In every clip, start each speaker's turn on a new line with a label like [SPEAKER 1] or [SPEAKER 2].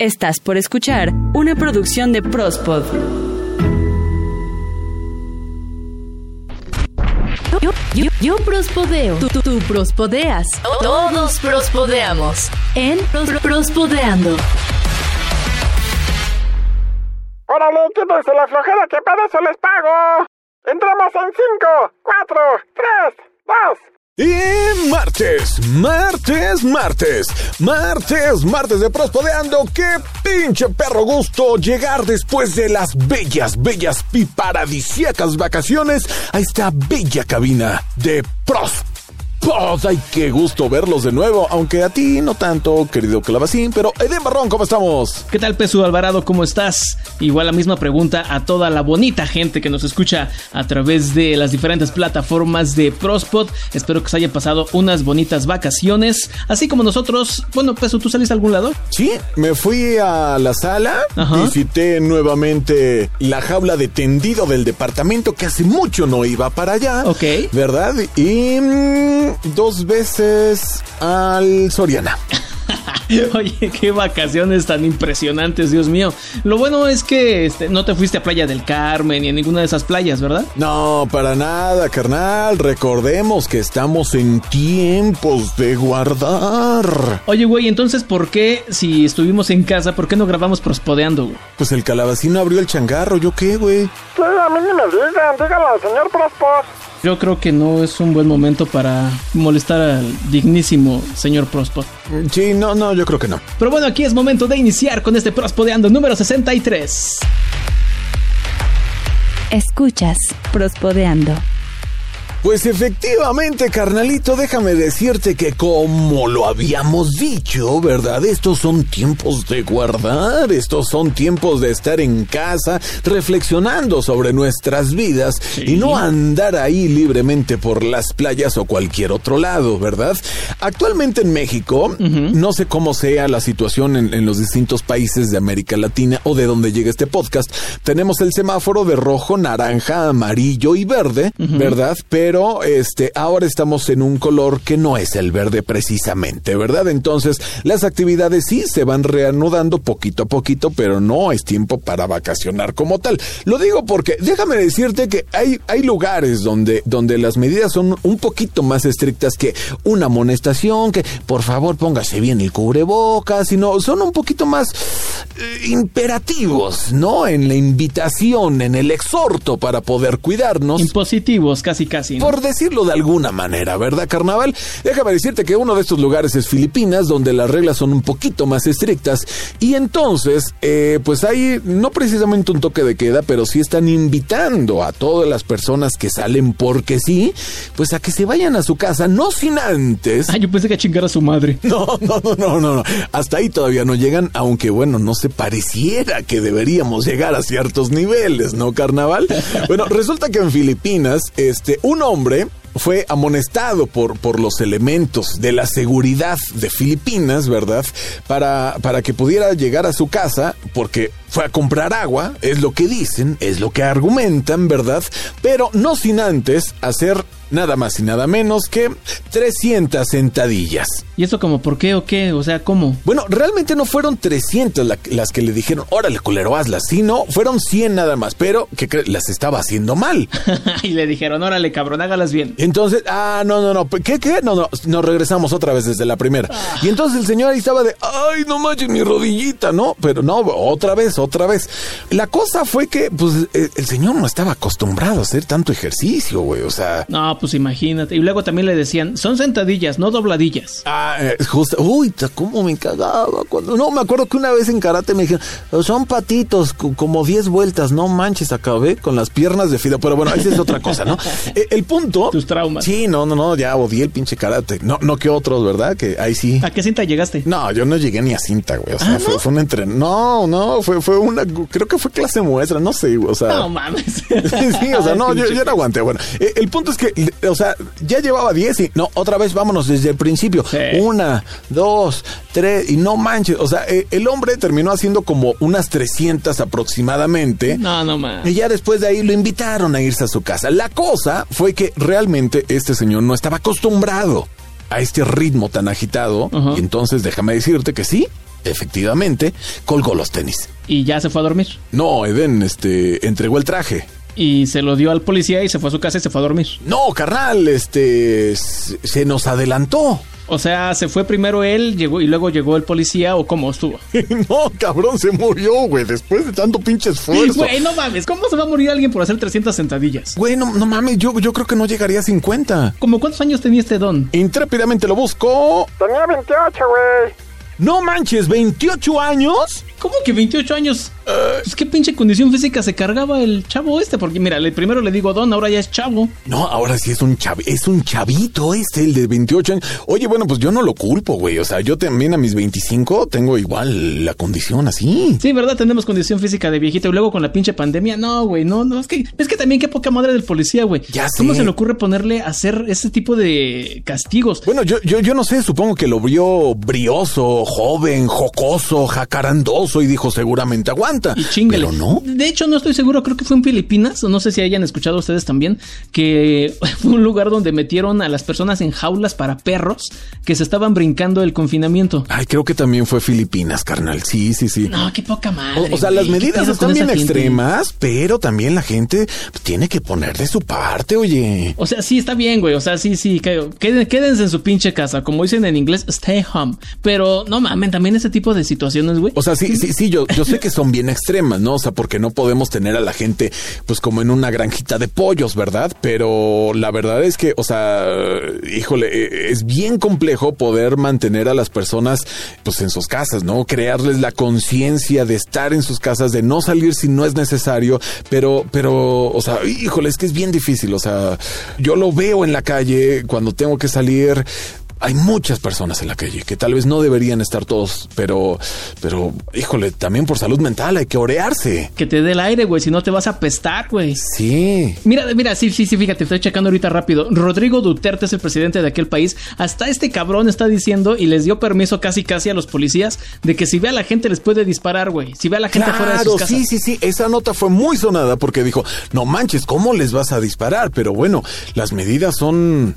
[SPEAKER 1] Estás por escuchar una producción de Prospod.
[SPEAKER 2] Yo, yo, yo prospodeo, tú, tú, tú prospodeas, todos prospodeamos en Pros- Prospodeando.
[SPEAKER 3] Órale, quítense la flojera que para eso les pago. Entramos en 5, 4, 3, 2.
[SPEAKER 4] Y martes, martes, martes, martes, martes de Prospodeando. ¡Qué pinche perro gusto llegar después de las bellas, bellas y paradisíacas vacaciones a esta bella cabina de Prospod! ¡Ay, qué gusto verlos de nuevo! Aunque a ti no tanto, querido Clavacín, pero Eden Barrón, ¿cómo estamos?
[SPEAKER 5] ¿Qué tal, Pesu Alvarado? ¿Cómo estás? Igual la misma pregunta a toda la bonita gente que nos escucha a través de las diferentes plataformas de Prospot. Espero que se haya pasado unas bonitas vacaciones. Así como nosotros. Bueno, Pesu, ¿tú salís a algún lado?
[SPEAKER 4] Sí, me fui a la sala,
[SPEAKER 5] Ajá.
[SPEAKER 4] visité nuevamente la jaula de tendido del departamento que hace mucho no iba para allá.
[SPEAKER 5] Ok.
[SPEAKER 4] ¿Verdad? Y mm, dos veces al Soriana.
[SPEAKER 5] Oye, qué vacaciones tan impresionantes, Dios mío. Lo bueno es que este, no te fuiste a Playa del Carmen ni a ninguna de esas playas, ¿verdad?
[SPEAKER 4] No, para nada, carnal. Recordemos que estamos en tiempos de guardar.
[SPEAKER 5] Oye, güey, entonces, ¿por qué si estuvimos en casa, por qué no grabamos prospodeando? güey?
[SPEAKER 4] Pues el calabacino abrió el changarro, ¿yo qué, güey?
[SPEAKER 3] Sí, a mí ni me digan, díganlo al señor Prospos.
[SPEAKER 5] Yo creo que no es un buen momento para molestar al dignísimo señor Prospot.
[SPEAKER 4] Sí, no, no, yo creo que no.
[SPEAKER 5] Pero bueno, aquí es momento de iniciar con este Prospodeando número 63.
[SPEAKER 1] Escuchas Prospodeando.
[SPEAKER 4] Pues efectivamente, carnalito, déjame decirte que como lo habíamos dicho, ¿verdad? Estos son tiempos de guardar, estos son tiempos de estar en casa reflexionando sobre nuestras vidas y no andar ahí libremente por las playas o cualquier otro lado, ¿verdad? Actualmente en México, no sé cómo sea la situación en, en los distintos países de América Latina o de donde llega este podcast, tenemos el semáforo de rojo, naranja, amarillo y verde, ¿verdad? Pero este ahora estamos en un color que no es el verde precisamente, ¿verdad? Entonces, las actividades sí se van reanudando poquito a poquito, pero no es tiempo para vacacionar como tal. Lo digo porque déjame decirte que hay hay lugares donde donde las medidas son un poquito más estrictas que una amonestación, que por favor póngase bien el cubrebocas, sino son un poquito más eh, imperativos, ¿no? En la invitación, en el exhorto para poder cuidarnos.
[SPEAKER 5] Impositivos, casi casi. ¿no?
[SPEAKER 4] Por decirlo de alguna manera, ¿verdad, carnaval? Déjame decirte que uno de estos lugares es Filipinas, donde las reglas son un poquito más estrictas. Y entonces, eh, pues hay no precisamente un toque de queda, pero sí están invitando a todas las personas que salen porque sí, pues a que se vayan a su casa, no sin antes.
[SPEAKER 5] Ah, yo pensé que chingar a su madre.
[SPEAKER 4] No, no, no, no, no, no. Hasta ahí todavía no llegan, aunque bueno, no se pareciera que deberíamos llegar a ciertos niveles, ¿no, carnaval? Bueno, resulta que en Filipinas, este, un hombre fue amonestado por, por los elementos de la seguridad de Filipinas, ¿verdad? Para, para que pudiera llegar a su casa, porque fue a comprar agua, es lo que dicen, es lo que argumentan, ¿verdad? Pero no sin antes hacer nada más y nada menos que 300 sentadillas.
[SPEAKER 5] ¿Y eso como por qué o qué? O sea, ¿cómo?
[SPEAKER 4] Bueno, realmente no fueron 300 la- las que le dijeron, órale, culero, hazlas, sino fueron 100 nada más, pero que las estaba haciendo mal.
[SPEAKER 5] y le dijeron, órale, cabrón, hágalas bien.
[SPEAKER 4] Entonces, ah, no, no, no, ¿qué, qué? No, no, nos regresamos otra vez desde la primera. Y entonces el señor ahí estaba de, ay, no manches, mi rodillita, ¿no? Pero no, otra vez, otra vez. La cosa fue que, pues, eh, el señor no estaba acostumbrado a hacer tanto ejercicio, güey, o sea...
[SPEAKER 5] No, pues imagínate. Y luego también le decían, son sentadillas, no dobladillas.
[SPEAKER 4] Ah, eh, justo. Uy, ta- cómo me cagaba cuando. No, me acuerdo que una vez en karate me dijeron, son patitos, cu- como 10 vueltas, no manches, acabé con las piernas de filo. Pero bueno, esa es otra cosa, ¿no? Eh, El punto.
[SPEAKER 5] Tus traumas.
[SPEAKER 4] Sí, no, no, no, ya odié el pinche karate. No, no que otros, ¿verdad? Que ahí sí.
[SPEAKER 5] ¿A qué cinta llegaste?
[SPEAKER 4] No, yo no llegué ni a cinta, güey. O
[SPEAKER 5] Ah,
[SPEAKER 4] sea, fue, fue un entrenamiento. No, no, fue, fue una. Creo que fue clase muestra, no sé, güey, o sea.
[SPEAKER 5] No mames.
[SPEAKER 4] Sí, o sea, no, yo, yo
[SPEAKER 5] Pinche-
[SPEAKER 4] no aguanté. Bueno, eh, el punto es que, eh, o sea, ya llevaba 10 y no, otra vez vámonos desde el principio.
[SPEAKER 5] Sí.
[SPEAKER 4] Una, dos, tres, y no manches. O sea, eh, el hombre terminó haciendo como unas 300 aproximadamente.
[SPEAKER 5] No, no mames.
[SPEAKER 4] Y ya después de ahí lo invitaron a irse a su casa. La cosa fue que realmente este señor no estaba acostumbrado a este ritmo tan agitado.
[SPEAKER 5] Ajá.
[SPEAKER 4] Y entonces déjame decirte que sí, efectivamente, colgó los tenis.
[SPEAKER 5] Y ya se fue a dormir.
[SPEAKER 4] No, Eden, este, entregó el traje.
[SPEAKER 5] Y se lo dio al policía y se fue a su casa y se fue a dormir.
[SPEAKER 4] No, carnal, este, s- se nos adelantó.
[SPEAKER 5] O sea, se fue primero él llegó y luego llegó el policía o cómo estuvo.
[SPEAKER 4] No, cabrón, se murió, güey, después de tanto pinche esfuerzo.
[SPEAKER 5] Güey, no mames, ¿cómo se va a morir alguien por hacer 300 sentadillas?
[SPEAKER 4] Güey, no, no mames, yo, yo creo que no llegaría a 50.
[SPEAKER 5] ¿Como cuántos años tenía este don?
[SPEAKER 4] Intrépidamente lo busco.
[SPEAKER 3] Tenía 28, güey.
[SPEAKER 4] No manches, 28 años.
[SPEAKER 5] ¿Cómo que 28 años? Pues qué pinche condición física se cargaba el chavo este, porque mira, le, primero le digo don, ahora ya es chavo.
[SPEAKER 4] No, ahora sí es un chav es un chavito este, el de 28 años. Oye, bueno, pues yo no lo culpo, güey. O sea, yo también a mis 25 tengo igual la condición así.
[SPEAKER 5] Sí, ¿verdad? Tenemos condición física de viejito y luego con la pinche pandemia. No, güey, no, no. Es que, es que también qué poca madre del policía, güey.
[SPEAKER 4] Ya sé.
[SPEAKER 5] ¿Cómo se le ocurre ponerle a hacer ese tipo de castigos?
[SPEAKER 4] Bueno, yo, yo, yo no sé, supongo que lo vio brioso, joven, jocoso, jacarandoso y dijo seguramente aguanta.
[SPEAKER 5] Y chingale.
[SPEAKER 4] Pero no.
[SPEAKER 5] De hecho, no estoy seguro, creo que fue en Filipinas, o no sé si hayan escuchado ustedes también, que fue un lugar donde metieron a las personas en jaulas para perros que se estaban brincando el confinamiento.
[SPEAKER 4] Ay, creo que también fue Filipinas, carnal. Sí, sí, sí.
[SPEAKER 5] No, qué poca
[SPEAKER 4] O-
[SPEAKER 5] madre.
[SPEAKER 4] o sea,
[SPEAKER 5] güey,
[SPEAKER 4] las
[SPEAKER 5] ¿qué
[SPEAKER 4] medidas
[SPEAKER 5] pedo
[SPEAKER 4] están
[SPEAKER 5] con
[SPEAKER 4] bien
[SPEAKER 5] esa gente?
[SPEAKER 4] extremas, pero también la gente pues, tiene que poner de su parte, oye.
[SPEAKER 5] O sea, sí, está bien, güey. O sea, sí, sí. que- queden- Quédense en su pinche casa. Como dicen en inglés, stay home. Pero no mamen, también ese tipo de situaciones, güey.
[SPEAKER 4] O sea, sí, sí, sí, yo, yo sé que son bien extremas, ¿no? O sea, porque no podemos tener a la gente, pues, como en una granjita de pollos, ¿verdad? Pero la verdad es que, o sea, híjole, eh, es bien complejo poder mantener a las personas, pues, en sus casas, ¿no? Crearles la conciencia de estar en sus casas, de no salir si no es necesario, pero, pero, o sea, híjole, es que es bien difícil, o sea, yo lo veo en la calle cuando tengo que salir, hay muchas personas en la calle que tal vez no deberían estar todos, pero, pero, híjole, también por salud mental hay que orearse.
[SPEAKER 5] que te dé el aire, güey. Si no, te vas a apestar, güey.
[SPEAKER 4] Sí.
[SPEAKER 5] Mira, mira, sí, sí, sí, fíjate, estoy checando ahorita rápido. Rodrigo Duterte es el presidente de aquel país. Hasta este cabrón está diciendo y les dio permiso casi casi a los policías de que si ve a la gente les puede disparar, güey. Si ve a la gente fuera de sus
[SPEAKER 4] Claro,
[SPEAKER 5] casas.
[SPEAKER 4] sí, sí, sí. Esa nota fue muy sonada porque dijo, no manches, ¿cómo les vas a disparar? Pero bueno, las medidas son...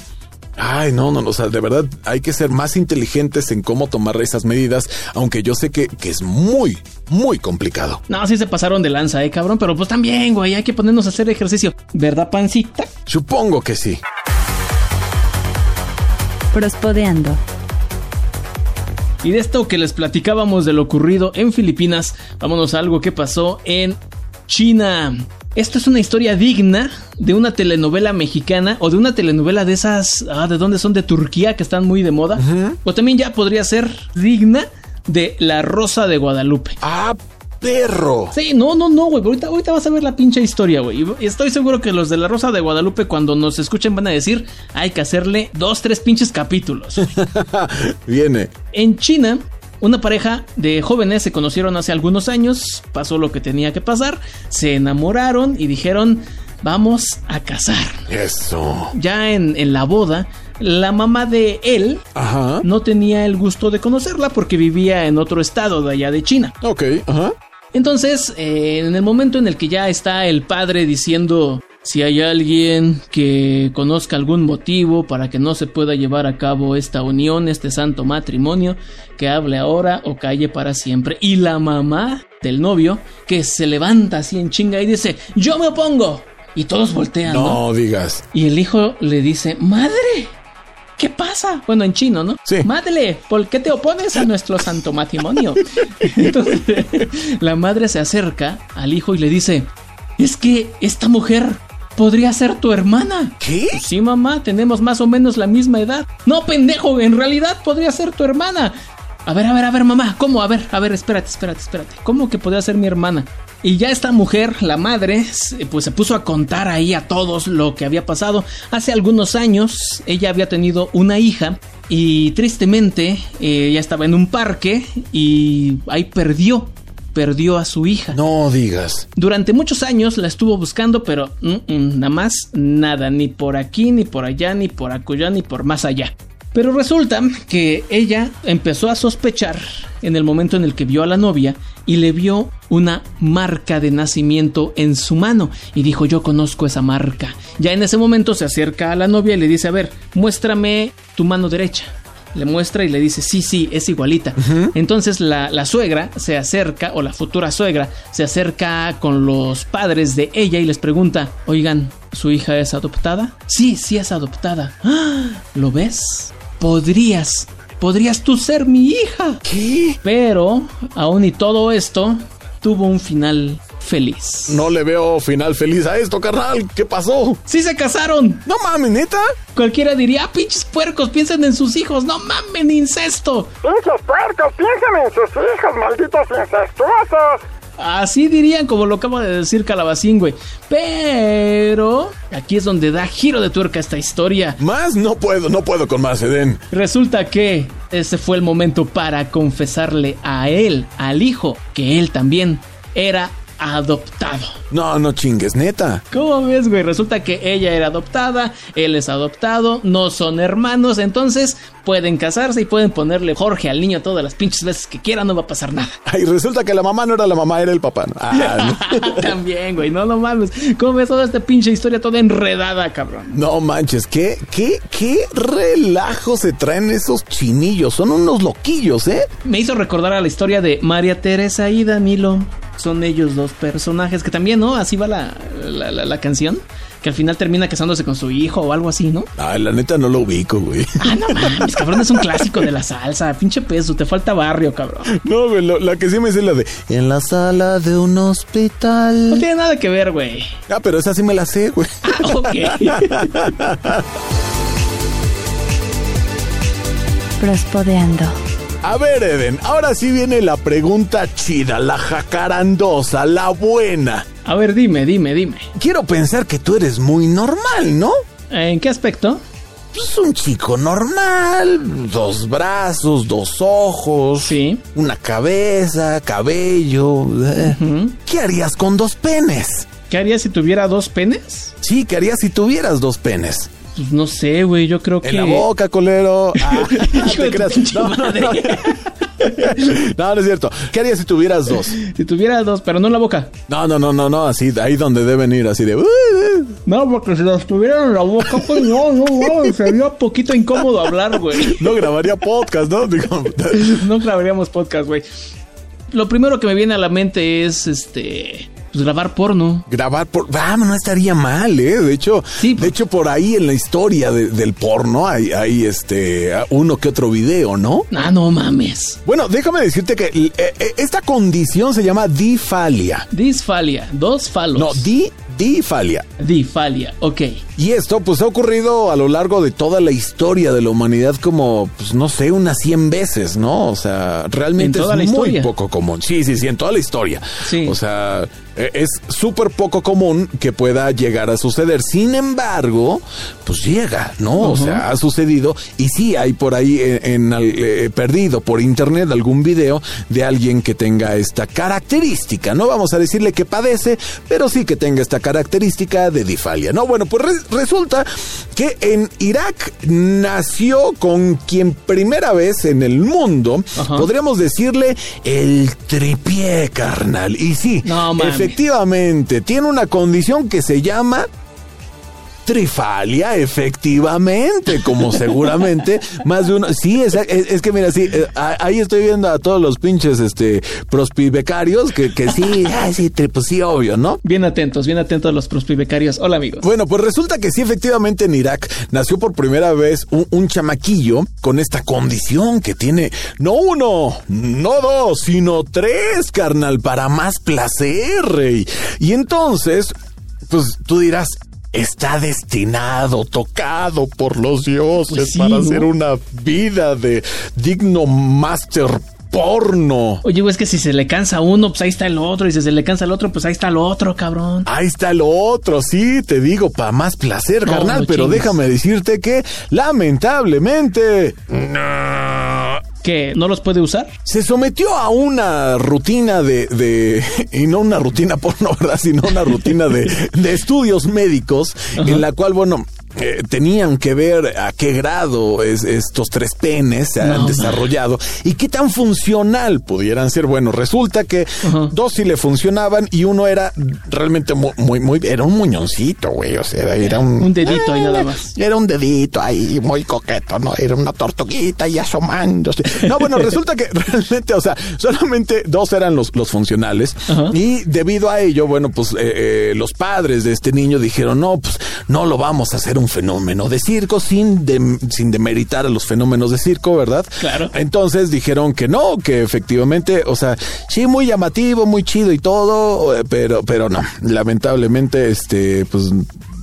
[SPEAKER 4] Ay, no, no, no, o sea, de verdad hay que ser más inteligentes en cómo tomar esas medidas, aunque yo sé que, que es muy, muy complicado.
[SPEAKER 5] No, sí se pasaron de lanza, eh, cabrón, pero pues también, güey, hay que ponernos a hacer ejercicio. ¿Verdad, pancita?
[SPEAKER 4] Supongo que sí.
[SPEAKER 1] Prospodeando.
[SPEAKER 5] Y de esto que les platicábamos de lo ocurrido en Filipinas, vámonos a algo que pasó en China. Esto es una historia digna de una telenovela mexicana o de una telenovela de esas, ah, ¿de dónde son? De Turquía, que están muy de moda. O también ya podría ser digna de La Rosa de Guadalupe.
[SPEAKER 4] Ah, perro.
[SPEAKER 5] Sí, no, no, no, güey. Ahorita, ahorita vas a ver la pinche historia, güey. Y Estoy seguro que los de la Rosa de Guadalupe, cuando nos escuchen, van a decir: hay que hacerle dos, tres pinches capítulos.
[SPEAKER 4] Viene.
[SPEAKER 5] en China, una pareja de jóvenes se conocieron hace algunos años, pasó lo que tenía que pasar, se enamoraron y dijeron: vamos a casar.
[SPEAKER 4] Eso.
[SPEAKER 5] Ya en, en la boda, la mamá de él
[SPEAKER 4] Ajá.
[SPEAKER 5] no tenía el gusto de conocerla porque vivía en otro estado de allá de China.
[SPEAKER 4] Ok, ajá.
[SPEAKER 5] Entonces, eh, en el momento en el que ya está el padre diciendo si hay alguien que conozca algún motivo para que no se pueda llevar a cabo esta unión, este santo matrimonio, que hable ahora o calle para siempre. Y la mamá del novio que se levanta así en chinga y dice, yo me opongo. Y todos voltean. ¿no?
[SPEAKER 4] No digas.
[SPEAKER 5] Y el hijo le dice, madre, ¿qué pasa? Bueno, en chino, ¿no?
[SPEAKER 4] Sí.
[SPEAKER 5] Madre, ¿por qué te opones a nuestro santo matrimonio? Entonces, la madre se acerca al hijo y le dice, es que esta mujer podría ser tu hermana.
[SPEAKER 4] ¿Qué?
[SPEAKER 5] Sí, mamá, tenemos más o menos la misma edad. No, pendejo, en realidad podría ser tu hermana. A ver, a ver, a ver, mamá, ¿cómo? A ver, a ver, espérate, espérate, espérate. ¿Cómo que podría ser mi hermana? Y ya esta mujer, la madre, se- pues se puso a contar ahí a todos lo que había pasado. Hace algunos años ella había tenido una hija y tristemente eh, ella estaba en un parque y ahí perdió, perdió a su hija.
[SPEAKER 4] No digas.
[SPEAKER 5] Durante muchos años la estuvo buscando, pero mm, mm, nada más nada, ni por aquí, ni por allá, ni por acullá, ni por más allá. Pero resulta que ella empezó a sospechar en el momento en el que vio a la novia y le vio una marca de nacimiento en su mano y dijo yo conozco esa marca. Ya en ese momento se acerca a la novia y le dice a ver, muéstrame tu mano derecha. le muestra y le dice, sí, sí, es igualita. Entonces la, la suegra se acerca, o la futura suegra, se acerca con los padres de ella y les pregunta, oigan, ¿su hija es adoptada? Sí, sí es adoptada. "Ah, ¿Lo ves? Podrías, podrías tú ser mi hija.
[SPEAKER 4] ¿Qué?
[SPEAKER 5] Pero, aún y todo esto, tuvo un final feliz.
[SPEAKER 4] No le veo final feliz a esto, carnal. ¿Qué pasó?
[SPEAKER 5] ¡Sí se casaron!
[SPEAKER 4] No mames, neta.
[SPEAKER 5] Cualquiera diría, ah, pinches puercos, piensen en sus hijos, no mamen, incesto.
[SPEAKER 3] ¡Pinches puercos! ¡Piensen en sus hijos, malditos incestuosos!
[SPEAKER 5] Así dirían, como lo acaba de decir Calabacín, güey. Pero aquí es donde da giro de tuerca esta historia.
[SPEAKER 4] Más no puedo, no puedo con más, Eden.
[SPEAKER 5] Resulta que ese fue el momento para confesarle a él, al hijo, que él también era adoptado.
[SPEAKER 4] No, no chingues, neta.
[SPEAKER 5] ¿Cómo ves, güey? Resulta que ella era adoptada, él es adoptado, no son hermanos, entonces pueden casarse y pueden ponerle Jorge al niño todas las pinches veces que quieran, no va a pasar nada.
[SPEAKER 4] Ay, resulta que la mamá no era la mamá, era el papá. Ah,
[SPEAKER 5] También, güey, no lo mames. ¿Cómo ves toda esta pinche historia toda enredada, cabrón?
[SPEAKER 4] no. no manches, ¿qué, qué, qué relajo se traen esos chinillos. Son unos loquillos, ¿eh?
[SPEAKER 5] Me hizo recordar a la historia de María Teresa y Danilo. Son ellos dos personajes que también, ¿no? Así va la, la, la- la canción. Que al final termina casándose con su hijo o algo así, ¿no?
[SPEAKER 4] Ay, la neta no lo ubico, güey.
[SPEAKER 5] Ah, no mames, cabrón, es un clásico de la salsa. Pinche peso, te falta barrio, cabrón.
[SPEAKER 4] No, güey, lo- la que sí me sé es la de... En la sala de un
[SPEAKER 5] No
[SPEAKER 4] hospital.
[SPEAKER 5] tiene nada que ver, güey.
[SPEAKER 4] Ah, pero esa sí me la sé, güey.
[SPEAKER 5] Ah, Ok.
[SPEAKER 1] Prospodeando.
[SPEAKER 4] A ver, Eden, ahora sí viene la pregunta chida, la jacarandosa, la buena.
[SPEAKER 5] A ver, dime, dime, dime.
[SPEAKER 4] Quiero pensar que tú eres muy normal, ¿no?
[SPEAKER 5] ¿En qué aspecto?
[SPEAKER 4] Pues un chico normal, dos brazos, dos ojos,
[SPEAKER 5] Sí.
[SPEAKER 4] una cabeza, cabello. eh. ¿Qué harías con dos penes?
[SPEAKER 5] ¿Qué haría si tuviera dos penes?
[SPEAKER 4] Sí, ¿qué harías si tuvieras dos penes?
[SPEAKER 5] Pues no sé, güey, yo creo que...
[SPEAKER 4] En la boca, colero. Ah,
[SPEAKER 5] Hijo
[SPEAKER 4] te
[SPEAKER 5] de tu
[SPEAKER 4] creas.
[SPEAKER 5] pinche
[SPEAKER 4] No, no, no.
[SPEAKER 5] madre.
[SPEAKER 4] No, no es cierto. ¿Qué harías si tuvieras dos?
[SPEAKER 5] Si tuviera dos, pero no en la boca.
[SPEAKER 4] No, no, no, no, no, así, ahí donde deben ir, así de... "Uh, uh".
[SPEAKER 5] No, porque si los tuviera en la boca, pues no, no, no, sería poquito incómodo hablar, güey.
[SPEAKER 4] No grabaría podcast, ¿no? Digo,
[SPEAKER 5] No grabaríamos podcast, güey. Lo primero que me viene a la mente es, este, pues grabar porno.
[SPEAKER 4] grabar por... Ah, no estaría mal, ¿eh? De hecho,
[SPEAKER 5] Sí. pues.
[SPEAKER 4] de hecho por ahí en la historia de- del porno hay, hay este, uno que otro video, ¿no?
[SPEAKER 5] Ah, no mames.
[SPEAKER 4] Bueno, déjame decirte que eh, eh, esta condición se llama difalia.
[SPEAKER 5] Disfalia, dos falos.
[SPEAKER 4] No, di, difalia.
[SPEAKER 5] Difalia, ok.
[SPEAKER 4] Y esto pues ha ocurrido a lo largo de toda la historia de la humanidad como, pues no sé, unas 100 veces, ¿no? O sea, realmente
[SPEAKER 5] En toda la
[SPEAKER 4] es muy
[SPEAKER 5] historia.
[SPEAKER 4] poco común. Sí, sí, sí, en toda la historia.
[SPEAKER 5] Sí.
[SPEAKER 4] O sea, e- es súper poco común que pueda llegar a suceder. Sin embargo, pues llega, ¿no? O
[SPEAKER 5] Ujú.
[SPEAKER 4] sea, ha sucedido y sí hay por ahí eh, en, al- eh, perdido por internet algún video de alguien que tenga esta característica. No vamos a decirle que padece, pero sí que tenga esta característica de difalia. No, bueno, pues re- resulta que en Irak nació con quien primera vez en el mundo
[SPEAKER 5] Ajá.
[SPEAKER 4] podríamos decirle el tripié carnal. Y sí,
[SPEAKER 5] No mames.
[SPEAKER 4] efectivamente, tiene una condición que se llama Trifalia, efectivamente, como seguramente más de uno. Sí, es, es- es que mira, sí, eh, a- ahí estoy viendo a todos los pinches este, prospibecarios que, que sí, ay, sí, tri- pues sí, obvio, ¿no?
[SPEAKER 5] Bien atentos, bien atentos los prospibecarios. Hola, amigos.
[SPEAKER 4] Bueno, pues resulta que sí, efectivamente en Irak nació por primera vez un, un chamaquillo con esta condición que tiene no uno, no dos, sino tres, carnal, para más placer, rey. Y entonces, pues tú dirás, está destinado, tocado por los dioses
[SPEAKER 5] Pues sí,
[SPEAKER 4] para
[SPEAKER 5] ¿no?
[SPEAKER 4] hacer una vida de digno master porno.
[SPEAKER 5] Oye, güey, es que si se le cansa a uno, pues ahí está el otro. Y si se le cansa al otro, pues ahí está el otro, cabrón.
[SPEAKER 4] Ahí está lo otro, sí, te digo, para más placer,
[SPEAKER 5] No,
[SPEAKER 4] carnal,
[SPEAKER 5] no
[SPEAKER 4] pero
[SPEAKER 5] chingues.
[SPEAKER 4] déjame decirte que, lamentablemente,
[SPEAKER 5] ¿Que no los puede usar?
[SPEAKER 4] se sometió a una rutina de, de- y no una rutina porno, ¿verdad? Sino una rutina de, de estudios médicos, en la cual, bueno, eh, tenían que ver a qué grado es- estos tres penes se han
[SPEAKER 5] No.
[SPEAKER 4] desarrollado y qué tan funcional pudieran ser. Bueno, resulta que
[SPEAKER 5] Ajá.
[SPEAKER 4] dos sí le funcionaban y uno era realmente mu- muy, muy, era un muñoncito, güey. O sea, era un,
[SPEAKER 5] Un dedito ahí nada más.
[SPEAKER 4] era un dedito ahí muy coqueto, ¿no? Era una tortuguita y asomándose. No, bueno, resulta que realmente, o sea, solamente dos eran los, los funcionales.
[SPEAKER 5] Ajá.
[SPEAKER 4] Y debido a ello, bueno, pues eh, eh, los padres de este niño dijeron, no, pues no lo vamos a hacer un fenómeno de circo sin, dem- sin demeritar a los fenómenos de circo, ¿verdad?
[SPEAKER 5] Claro.
[SPEAKER 4] Entonces dijeron que no, que efectivamente, o sea, sí, muy llamativo, muy chido y todo, eh, pero, pero no, lamentablemente, este, pues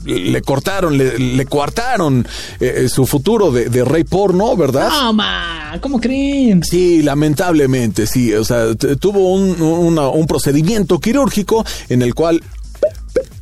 [SPEAKER 4] le cortaron, le, le coartaron eh, eh, su futuro de, de rey porno, ¿verdad?
[SPEAKER 5] ¡No, ma! ¿Cómo creen?
[SPEAKER 4] Sí, lamentablemente, sí. O sea, t- tuvo un, una- un procedimiento quirúrgico en el cual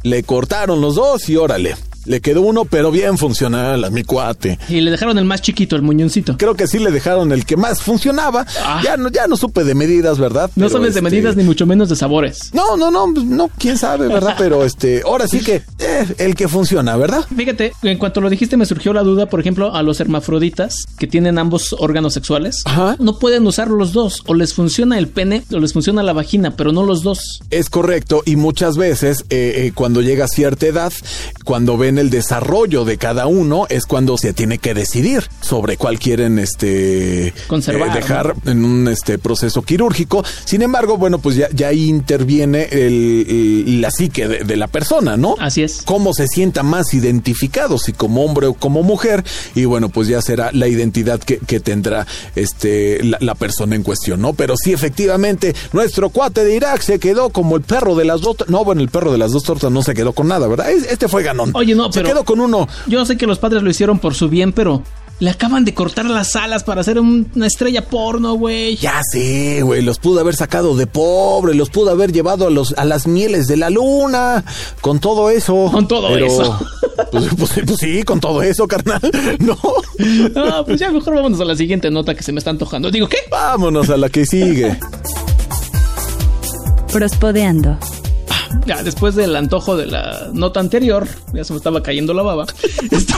[SPEAKER 4] le cortaron los dos y órale, le quedó uno, pero bien funcional a mi cuate.
[SPEAKER 5] Y le dejaron el más chiquito, el muñoncito.
[SPEAKER 4] Creo que sí le dejaron el que más funcionaba.
[SPEAKER 5] Ah.
[SPEAKER 4] Ya no, ya no supe de medidas, ¿verdad?
[SPEAKER 5] No
[SPEAKER 4] Pero,
[SPEAKER 5] sabes
[SPEAKER 4] este,
[SPEAKER 5] de medidas ni mucho menos de sabores.
[SPEAKER 4] No, no, no, no, quién sabe, ¿verdad? Pero este, ahora sí que eh, el que funciona, ¿verdad?
[SPEAKER 5] Fíjate, en cuanto lo dijiste me surgió la duda, por ejemplo, a los hermafroditas que tienen ambos órganos sexuales,
[SPEAKER 4] Ajá.
[SPEAKER 5] no pueden usar los dos, o les funciona el pene o les funciona la vagina, pero no los dos.
[SPEAKER 4] Es correcto, y muchas veces eh, eh, cuando llega a cierta edad, cuando ven el desarrollo de cada uno, es cuando se tiene que decidir sobre cuál quieren este
[SPEAKER 5] Conservar,
[SPEAKER 4] eh, dejar en un este proceso quirúrgico. Sin embargo, bueno, pues ya, ya ahí interviene el, el- la psique de, de la persona, ¿no?
[SPEAKER 5] Así es.
[SPEAKER 4] Cómo se sienta más identificado, si como hombre o como mujer, y bueno, pues ya será la identidad que, que tendrá este la, la persona en cuestión, ¿no? Pero sí, efectivamente, nuestro cuate de Irak se quedó como el perro de las dos. to- No, bueno, el perro de las dos tortas no se quedó con nada, ¿verdad? Es- Este fue ganón.
[SPEAKER 5] Oye, no,
[SPEAKER 4] se
[SPEAKER 5] pero-
[SPEAKER 4] quedó con uno.
[SPEAKER 5] Yo sé que los padres lo hicieron por su bien, pero le acaban de cortar las alas para hacer un- una estrella porno, güey.
[SPEAKER 4] Ya sé, güey, los pudo haber sacado de pobre, los pudo haber llevado a, los, a las mieles de la luna, con todo eso.
[SPEAKER 5] Con todo eso.
[SPEAKER 4] Pues, pues- pues sí, con todo eso, carnal. No.
[SPEAKER 5] Ah, pues ya mejor vámonos a la siguiente nota que se me está antojando. Digo, ¿qué?
[SPEAKER 4] Vámonos a la que sigue.
[SPEAKER 1] Prospodeando.
[SPEAKER 5] Ya, después del antojo de la nota anterior, ya se me estaba cayendo la baba. Este-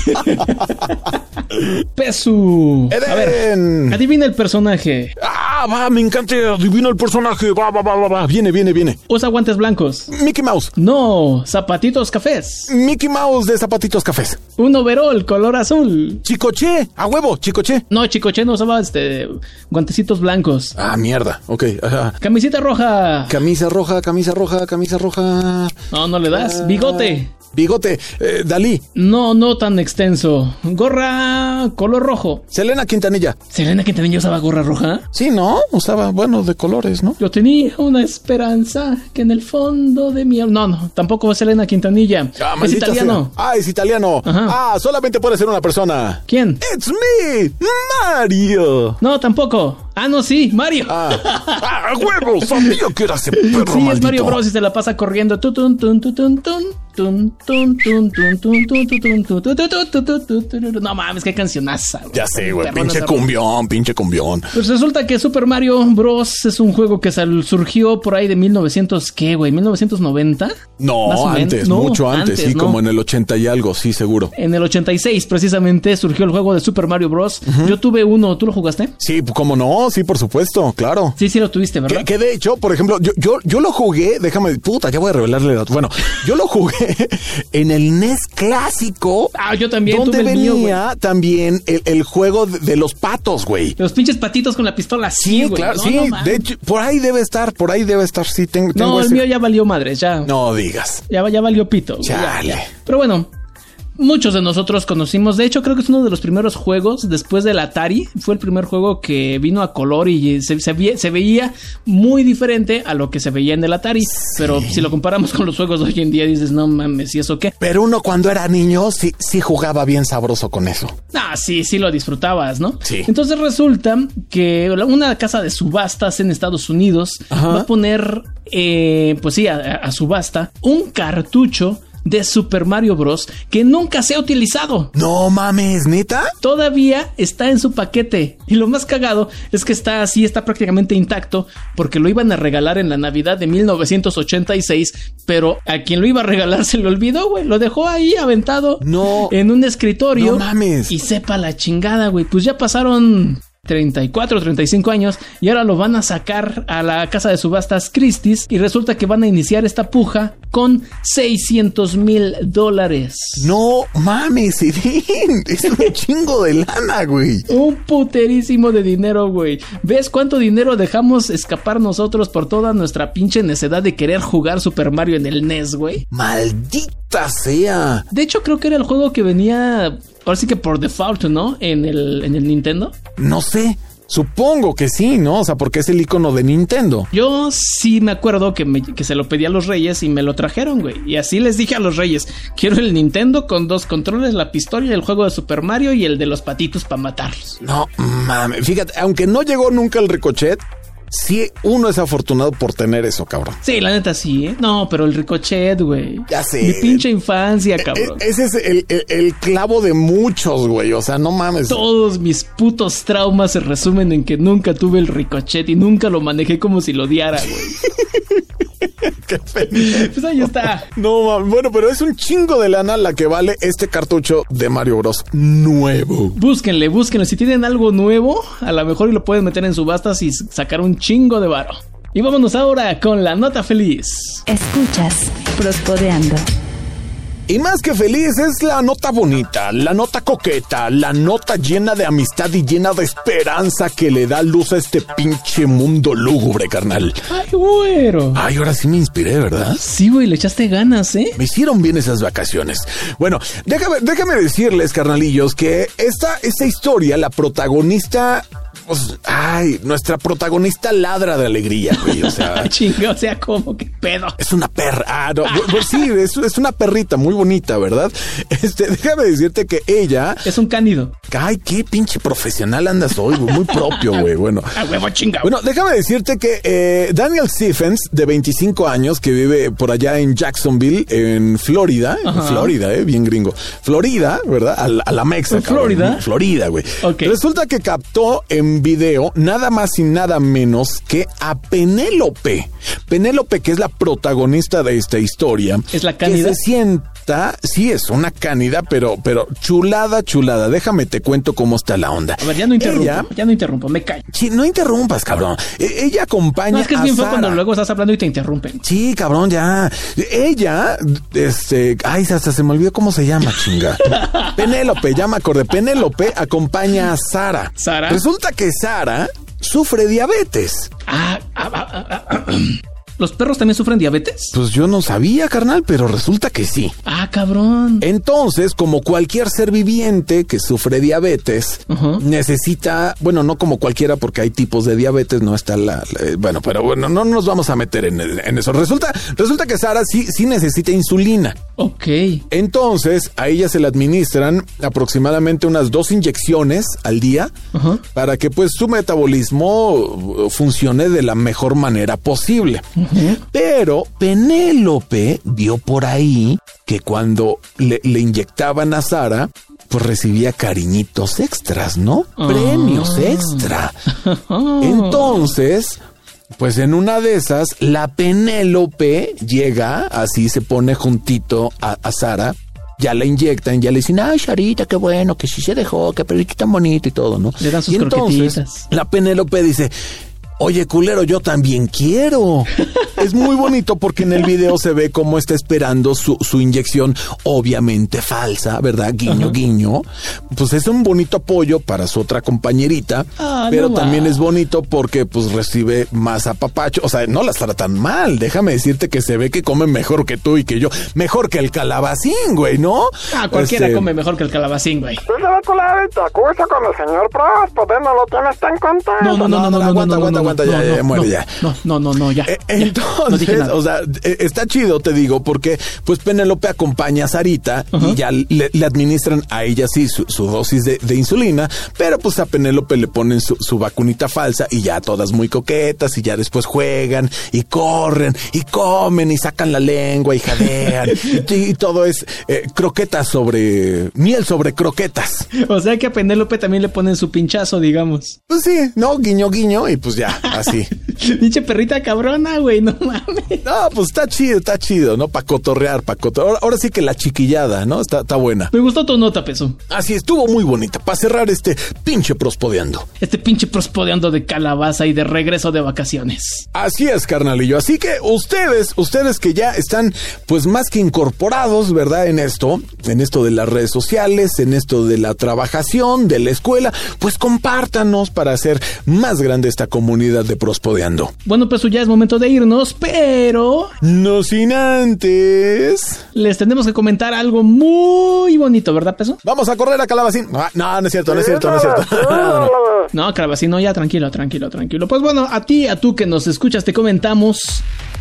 [SPEAKER 5] Pesu. A ver,
[SPEAKER 4] Eden.
[SPEAKER 5] adivina el personaje.
[SPEAKER 4] Ah, va, me encanta, adivino el personaje. Va, va, va, va, va. Viene, viene, viene.
[SPEAKER 5] Usa guantes blancos.
[SPEAKER 4] Mickey Mouse.
[SPEAKER 5] No, zapatitos cafés.
[SPEAKER 4] Mickey Mouse de Zapatitos Cafés.
[SPEAKER 5] Un overol color azul.
[SPEAKER 4] Chicoche, a huevo, chicoche.
[SPEAKER 5] No, Chicoche no usaba este guantecitos blancos.
[SPEAKER 4] Ah, mierda. Ok, ajá.
[SPEAKER 5] Camiseta roja.
[SPEAKER 4] Camisa roja, camisa roja, camisa roja.
[SPEAKER 5] No, no le das. Bigote.
[SPEAKER 4] Bigote, eh, Dalí,
[SPEAKER 5] No, no tan extenso. Gorra color rojo.
[SPEAKER 4] Selena Quintanilla.
[SPEAKER 5] Selena que también usaba gorra roja.
[SPEAKER 4] Sí, ¿no? Usaba, bueno, de colores, ¿no?
[SPEAKER 5] Yo tenía una esperanza que en el fondo de mi... No, no, tampoco es Elena Quintanilla. es
[SPEAKER 4] Ah, maldita
[SPEAKER 5] italiano.
[SPEAKER 4] sea. Ah, es italiano.
[SPEAKER 5] Ajá.
[SPEAKER 4] Ah, solamente puede ser una persona.
[SPEAKER 5] ¿Quién?
[SPEAKER 4] It's me, Mario.
[SPEAKER 5] No, tampoco. Ah, no, sí, Mario.
[SPEAKER 4] Ah, ah, a huevo, sabía que era ese perro
[SPEAKER 5] sí, es
[SPEAKER 4] maldito.
[SPEAKER 5] Mario Bros y se la pasa corriendo. Tu, tun, tun, tu, tun, tun, tun, tun, tun, tun, tun, tun, tu, tun, tu, tu, tu, tu, tu, tu, tu, tu, tu. No mames, qué cancionaza. güey.
[SPEAKER 4] Ya sé, güey,
[SPEAKER 5] Perrona
[SPEAKER 4] pinche
[SPEAKER 5] esa-
[SPEAKER 4] cumbión, pinche cumbión.
[SPEAKER 5] Pues resulta que Super Mario Bros. es un juego que sal- surgió por ahí de 1900, ¿qué, güey? ¿1990? Más o
[SPEAKER 4] No,
[SPEAKER 5] menos.
[SPEAKER 4] antes,
[SPEAKER 5] No,
[SPEAKER 4] mucho antes, sí,
[SPEAKER 5] ¿no?
[SPEAKER 4] como en el 80 y algo, sí, seguro.
[SPEAKER 5] En el 86 precisamente surgió el juego de Super Mario Bros. Yo tuve uno, ¿tú lo jugaste?
[SPEAKER 4] Sí, cómo no, sí, por supuesto, claro.
[SPEAKER 5] Sí, sí lo tuviste,
[SPEAKER 4] Que,
[SPEAKER 5] ¿verdad?
[SPEAKER 4] que de hecho, por ejemplo, yo, yo, yo lo jugué, déjame, puta, ya voy a revelarle la Bueno, yo lo jugué en el NES clásico.
[SPEAKER 5] Ah, yo también
[SPEAKER 4] Donde
[SPEAKER 5] tuve el mío, güey.
[SPEAKER 4] venía también el, el juego de, de los patos, güey.
[SPEAKER 5] Los pinches patitos con la pistola, sí,
[SPEAKER 4] Sí,
[SPEAKER 5] güey.
[SPEAKER 4] claro,
[SPEAKER 5] No,
[SPEAKER 4] sí.
[SPEAKER 5] no, mames.
[SPEAKER 4] de hecho, por ahí debe estar, por ahí debe estar, sí, tengo,
[SPEAKER 5] No,
[SPEAKER 4] tengo
[SPEAKER 5] el
[SPEAKER 4] ese-
[SPEAKER 5] mío ya valió madres, ya.
[SPEAKER 4] No digas.
[SPEAKER 5] Ya, ya valió pito. güey, ya,
[SPEAKER 4] Chale.
[SPEAKER 5] ya. Pero bueno, muchos de nosotros conocimos. De hecho, creo que es uno de los primeros juegos después del Atari. Fue el primer juego que vino a color y se, se vie- se veía muy diferente a lo que se veía en el Atari. Pero si lo comparamos con los juegos de hoy en día, dices, no mames, ¿y eso qué?
[SPEAKER 4] Pero uno cuando era niño sí, sí jugaba bien sabroso con eso.
[SPEAKER 5] Ah, sí, sí lo disfrutabas, ¿no?
[SPEAKER 4] Sí.
[SPEAKER 5] Entonces resulta que la- una casa de subastas en Estados Unidos
[SPEAKER 4] Ajá.
[SPEAKER 5] va a poner, eh, pues sí, a, a subasta un cartucho de Super Mario Bros. que nunca se ha utilizado.
[SPEAKER 4] No mames, neta.
[SPEAKER 5] Todavía está en su paquete. Y lo más cagado es que está así, está prácticamente intacto, porque lo iban a regalar en la Navidad de 1986, pero a quien lo iba a regalar se lo olvidó, güey. Lo dejó ahí aventado
[SPEAKER 4] No.
[SPEAKER 5] en un escritorio.
[SPEAKER 4] No mames.
[SPEAKER 5] Y sepa la chingada, güey. Pues ya pasaron 34, 35 años y ahora lo van a sacar a la casa de subastas Christie's y resulta que van a iniciar esta puja con 600 mil dólares.
[SPEAKER 4] No mames, Edín. Es un chingo de lana, güey.
[SPEAKER 5] Un puterísimo de dinero, güey. ¿Ves cuánto dinero dejamos escapar nosotros por toda nuestra pinche necedad de querer jugar Super Mario en el NES, güey?
[SPEAKER 4] Maldita sea.
[SPEAKER 5] De hecho, creo que era el juego que venía, ahora sí que por default, ¿no? En el, en el Nintendo.
[SPEAKER 4] No sé. Supongo que sí, ¿no? O sea, porque es el icono de Nintendo.
[SPEAKER 5] Yo sí me acuerdo que, me- que se lo pedí a los reyes y me lo trajeron, güey. Y así les dije a los reyes, quiero el Nintendo con dos controles, la pistola y el juego de Super Mario y el de los patitos para matarlos.
[SPEAKER 4] No mames. Fíjate, aunque no llegó nunca el ricochet, sí uno es afortunado por tener eso, cabrón.
[SPEAKER 5] Sí, la neta sí, ¿eh? No, pero el ricochet, güey.
[SPEAKER 4] Ya sé.
[SPEAKER 5] Mi pinche infancia, cabrón.
[SPEAKER 4] E- ese es el, el- el clavo de muchos, güey. O sea, no mames.
[SPEAKER 5] Todos mis putos traumas se resumen en que nunca tuve el ricochet y nunca lo manejé como si lo odiara, güey.
[SPEAKER 4] Qué pendejo.
[SPEAKER 5] Pues ahí está.
[SPEAKER 4] No mames. Bueno, pero es un chingo de lana la que vale este cartucho de Mario Bros. Nuevo.
[SPEAKER 5] Búsquenle, búsquenle. Si tienen algo nuevo, a lo mejor lo pueden meter en subastas y sacar un chingo de varo. Y vámonos ahora con la nota feliz.
[SPEAKER 1] Escuchas Prospodeando.
[SPEAKER 4] Y más que feliz es la nota bonita, la nota coqueta, la nota llena de amistad y llena de esperanza que le da luz a este pinche mundo lúgubre, carnal.
[SPEAKER 5] ¡Ay, güero!
[SPEAKER 4] Ay, ahora sí me inspiré, ¿verdad?
[SPEAKER 5] Sí, güey, le echaste ganas, ¿eh?
[SPEAKER 4] Me hicieron bien esas vacaciones. Bueno, déjame, déjame decirles, carnalillos, que esta, esta historia, la protagonista... pues, ay, nuestra protagonista ladra de alegría, güey. O sea,
[SPEAKER 5] Ah, chinga, o sea, ¿cómo? ¿Qué pedo?
[SPEAKER 4] Es una perra. Ah, no, bu- bu- sí, es, es una perrita muy bonita, ¿verdad? Este, déjame decirte que ella.
[SPEAKER 5] Es un cándido.
[SPEAKER 4] Ay, qué pinche profesional andas hoy, güey. Muy propio, güey. Bueno.
[SPEAKER 5] ¡Ah, huevo, chinga!
[SPEAKER 4] Bueno, déjame decirte que eh, Daniel Stephens, de 25 años, que vive por allá en Jacksonville, en Florida, en
[SPEAKER 5] Ajá.
[SPEAKER 4] Florida, eh, bien gringo. Florida, ¿verdad? A, la- a la Mexa.
[SPEAKER 5] ¿En
[SPEAKER 4] cabrón.
[SPEAKER 5] Florida?
[SPEAKER 4] Florida, güey.
[SPEAKER 5] Ok.
[SPEAKER 4] Resulta que captó en video nada más y nada menos que a Penélope. Penélope, que es la protagonista de esta historia.
[SPEAKER 5] ¿Es la cánida?
[SPEAKER 4] Que se sienta, sí, es una cánida, pero, pero chulada, chulada. Déjame te cuento cómo está la onda.
[SPEAKER 5] A ver, ya no interrumpo.
[SPEAKER 4] Ella-
[SPEAKER 5] Ya no interrumpo, me callo.
[SPEAKER 4] Sí, no interrumpas, cabrón. E- ella acompaña
[SPEAKER 5] No, es que es
[SPEAKER 4] a
[SPEAKER 5] bien feo
[SPEAKER 4] Sara.
[SPEAKER 5] cuando luego estás hablando y te interrumpen.
[SPEAKER 4] Sí, cabrón, ya. Ella, este, ay, hasta se me olvidó cómo se llama, chinga. Penélope, ya me acordé. Penélope acompaña a Sara.
[SPEAKER 5] ¿Sara?
[SPEAKER 4] Resulta que Sara sufre diabetes.
[SPEAKER 5] Ah, ah, ah, ah, ah. ¿Los perros también sufren diabetes?
[SPEAKER 4] Pues yo no sabía, carnal, pero resulta que sí.
[SPEAKER 5] Ah, cabrón.
[SPEAKER 4] Entonces, como cualquier ser viviente que sufre diabetes,
[SPEAKER 5] Ujú.
[SPEAKER 4] necesita, bueno, no como cualquiera, porque hay tipos de diabetes, no está la, la- eh, bueno, pero bueno, no nos vamos a meter en, en eso. Resulta, resulta que Sara sí, sí necesita insulina.
[SPEAKER 5] Ok.
[SPEAKER 4] Entonces, a ella se le administran aproximadamente unas dos inyecciones al día
[SPEAKER 5] Ajá.
[SPEAKER 4] para que pues su metabolismo eh, funcione de la mejor manera posible. Pero Penélope vio por ahí que cuando le, le inyectaban a Sara, pues recibía cariñitos extras, ¿no?
[SPEAKER 5] Ah.
[SPEAKER 4] Premios extra.
[SPEAKER 5] Ah.
[SPEAKER 4] Entonces, pues en una de esas, la Penélope llega, así se pone juntito a, a Sara. Ya la inyectan, ya le dicen, ay, Sarita, qué bueno, que sí se dejó, que pelito tan bonito y todo, ¿no?
[SPEAKER 5] Le dan sus
[SPEAKER 4] y entonces,
[SPEAKER 5] croquetitas.
[SPEAKER 4] La Penélope dice, oye, culero, yo también quiero. es muy bonito porque en el video se ve cómo está esperando su, su inyección, obviamente falsa, ¿verdad? Guiño, guiño. Pues es un bonito apoyo para su otra compañerita,
[SPEAKER 5] Ah,
[SPEAKER 4] pero
[SPEAKER 5] no
[SPEAKER 4] también
[SPEAKER 5] va.
[SPEAKER 4] es bonito porque pues recibe más apapacho. O sea, no las tratan mal. Déjame decirte que se ve que comen mejor que tú y que yo. Mejor que el calabacín, güey, ¿no?
[SPEAKER 5] Ah, cualquiera
[SPEAKER 4] Este,
[SPEAKER 5] come mejor que el calabacín, güey.
[SPEAKER 3] Tú te vas a colar y te acusa con el señor Prospode, no lo tienes tan contento.
[SPEAKER 5] No, no, no, no, no, no, no,
[SPEAKER 4] aguanta,
[SPEAKER 5] no, no,
[SPEAKER 4] Ah, aguanta,
[SPEAKER 5] no,
[SPEAKER 4] aguanta, ya, ya, ya, muere, ya.
[SPEAKER 5] No, no, no, no, ya.
[SPEAKER 4] Eh,
[SPEAKER 5] ya, no dije
[SPEAKER 4] Entonces,
[SPEAKER 5] nada.
[SPEAKER 4] o sea, eh, está chido, te digo, porque pues Penélope acompaña a Sarita
[SPEAKER 5] Ajá.
[SPEAKER 4] y ya le, le administran a ella sí su, su dosis de, de insulina, pero pues a Penélope le ponen su, su vacunita falsa y ya todas muy coquetas y ya después juegan y corren y comen y sacan la lengua y jadean y, y todo es eh, croquetas sobre miel sobre croquetas.
[SPEAKER 5] O sea que a Penélope también le ponen su pinchazo, digamos.
[SPEAKER 4] Pues sí, no, guiño, guiño y pues ya, así.
[SPEAKER 5] Pinche perrita cabrona, güey, no mames.
[SPEAKER 4] No, pues está chido, está chido, ¿no? Para cotorrear, para cotorrear. Ahora, ahora sí que la chiquillada, ¿no? Está, está buena.
[SPEAKER 5] Me gustó tu nota, peso.
[SPEAKER 4] Así estuvo muy bonita. Para cerrar este pinche prospodeando.
[SPEAKER 5] Este pinche prospodeando de calabaza y de regreso de vacaciones.
[SPEAKER 4] Así es, carnalillo. Así que ustedes, ustedes que ya están, pues más que incorporados, ¿verdad? En esto, en esto de las redes sociales, en esto de la trabajación, de la escuela, pues compártanos para hacer más grande esta comunidad de prospodeando.
[SPEAKER 5] Bueno, peso, ya es momento de irnos, pero
[SPEAKER 4] No sin antes.
[SPEAKER 5] les tenemos que comentar algo muy bonito, ¿verdad, peso?
[SPEAKER 4] Vamos a correr a Calabacín. Ah, No, no es cierto, no es cierto, no es cierto.
[SPEAKER 5] No, Calabacino, ya tranquilo, tranquilo, tranquilo. Pues bueno, a ti, a tú que nos escuchas, te comentamos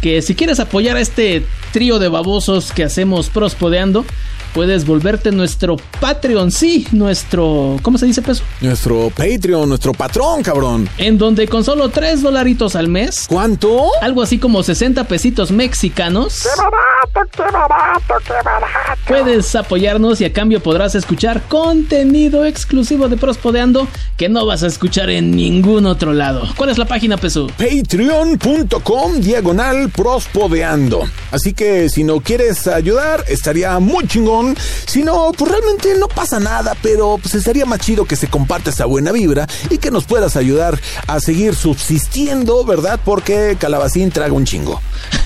[SPEAKER 5] que si quieres apoyar a este trío de babosos que hacemos prospodeando, puedes volverte nuestro Patreon, sí, nuestro... ¿Cómo se dice peso?
[SPEAKER 4] Nuestro Patreon, nuestro patrón, cabrón.
[SPEAKER 5] En donde con solo 3 dolaritos al mes,
[SPEAKER 4] ¿Cuánto?
[SPEAKER 5] algo así como 60 pesitos mexicanos,
[SPEAKER 3] ¡Qué barato, qué barato, qué barato!
[SPEAKER 5] puedes apoyarnos y a cambio podrás escuchar contenido exclusivo de prospodeando que no vas a escuchar en ningún otro lado. ¿Cuál es la página, peso?
[SPEAKER 4] Patreon.com diagonal prospodeando. Así que si no quieres ayudar, estaría muy chingón. Si no, pues realmente no pasa nada, pero pues estaría más chido que se comparte esa buena vibra y que nos puedas ayudar a seguir subsistiendo, ¿verdad? Porque Calabacín traga un chingo.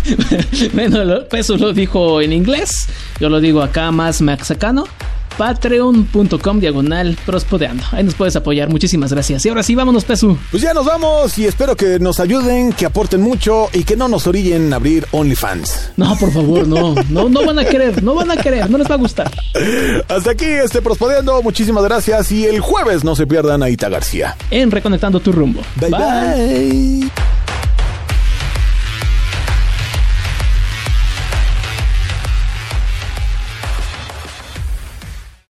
[SPEAKER 5] bueno, lo- Peso lo dijo en inglés, yo lo digo acá más mexicano. Patreon.com diagonal prospodeando. Ahí nos puedes apoyar. Muchísimas gracias. Y ahora sí, vámonos, Pesu.
[SPEAKER 4] Pues ya nos vamos y espero que nos ayuden, que aporten mucho y que no nos orillen a abrir OnlyFans.
[SPEAKER 5] No, por favor, no. No, no van a querer, no van a querer, no les va a gustar.
[SPEAKER 4] Hasta aquí este prospodeando. Muchísimas gracias y el jueves no se pierdan a Ita García.
[SPEAKER 5] En Reconectando tu rumbo.
[SPEAKER 4] bye. bye.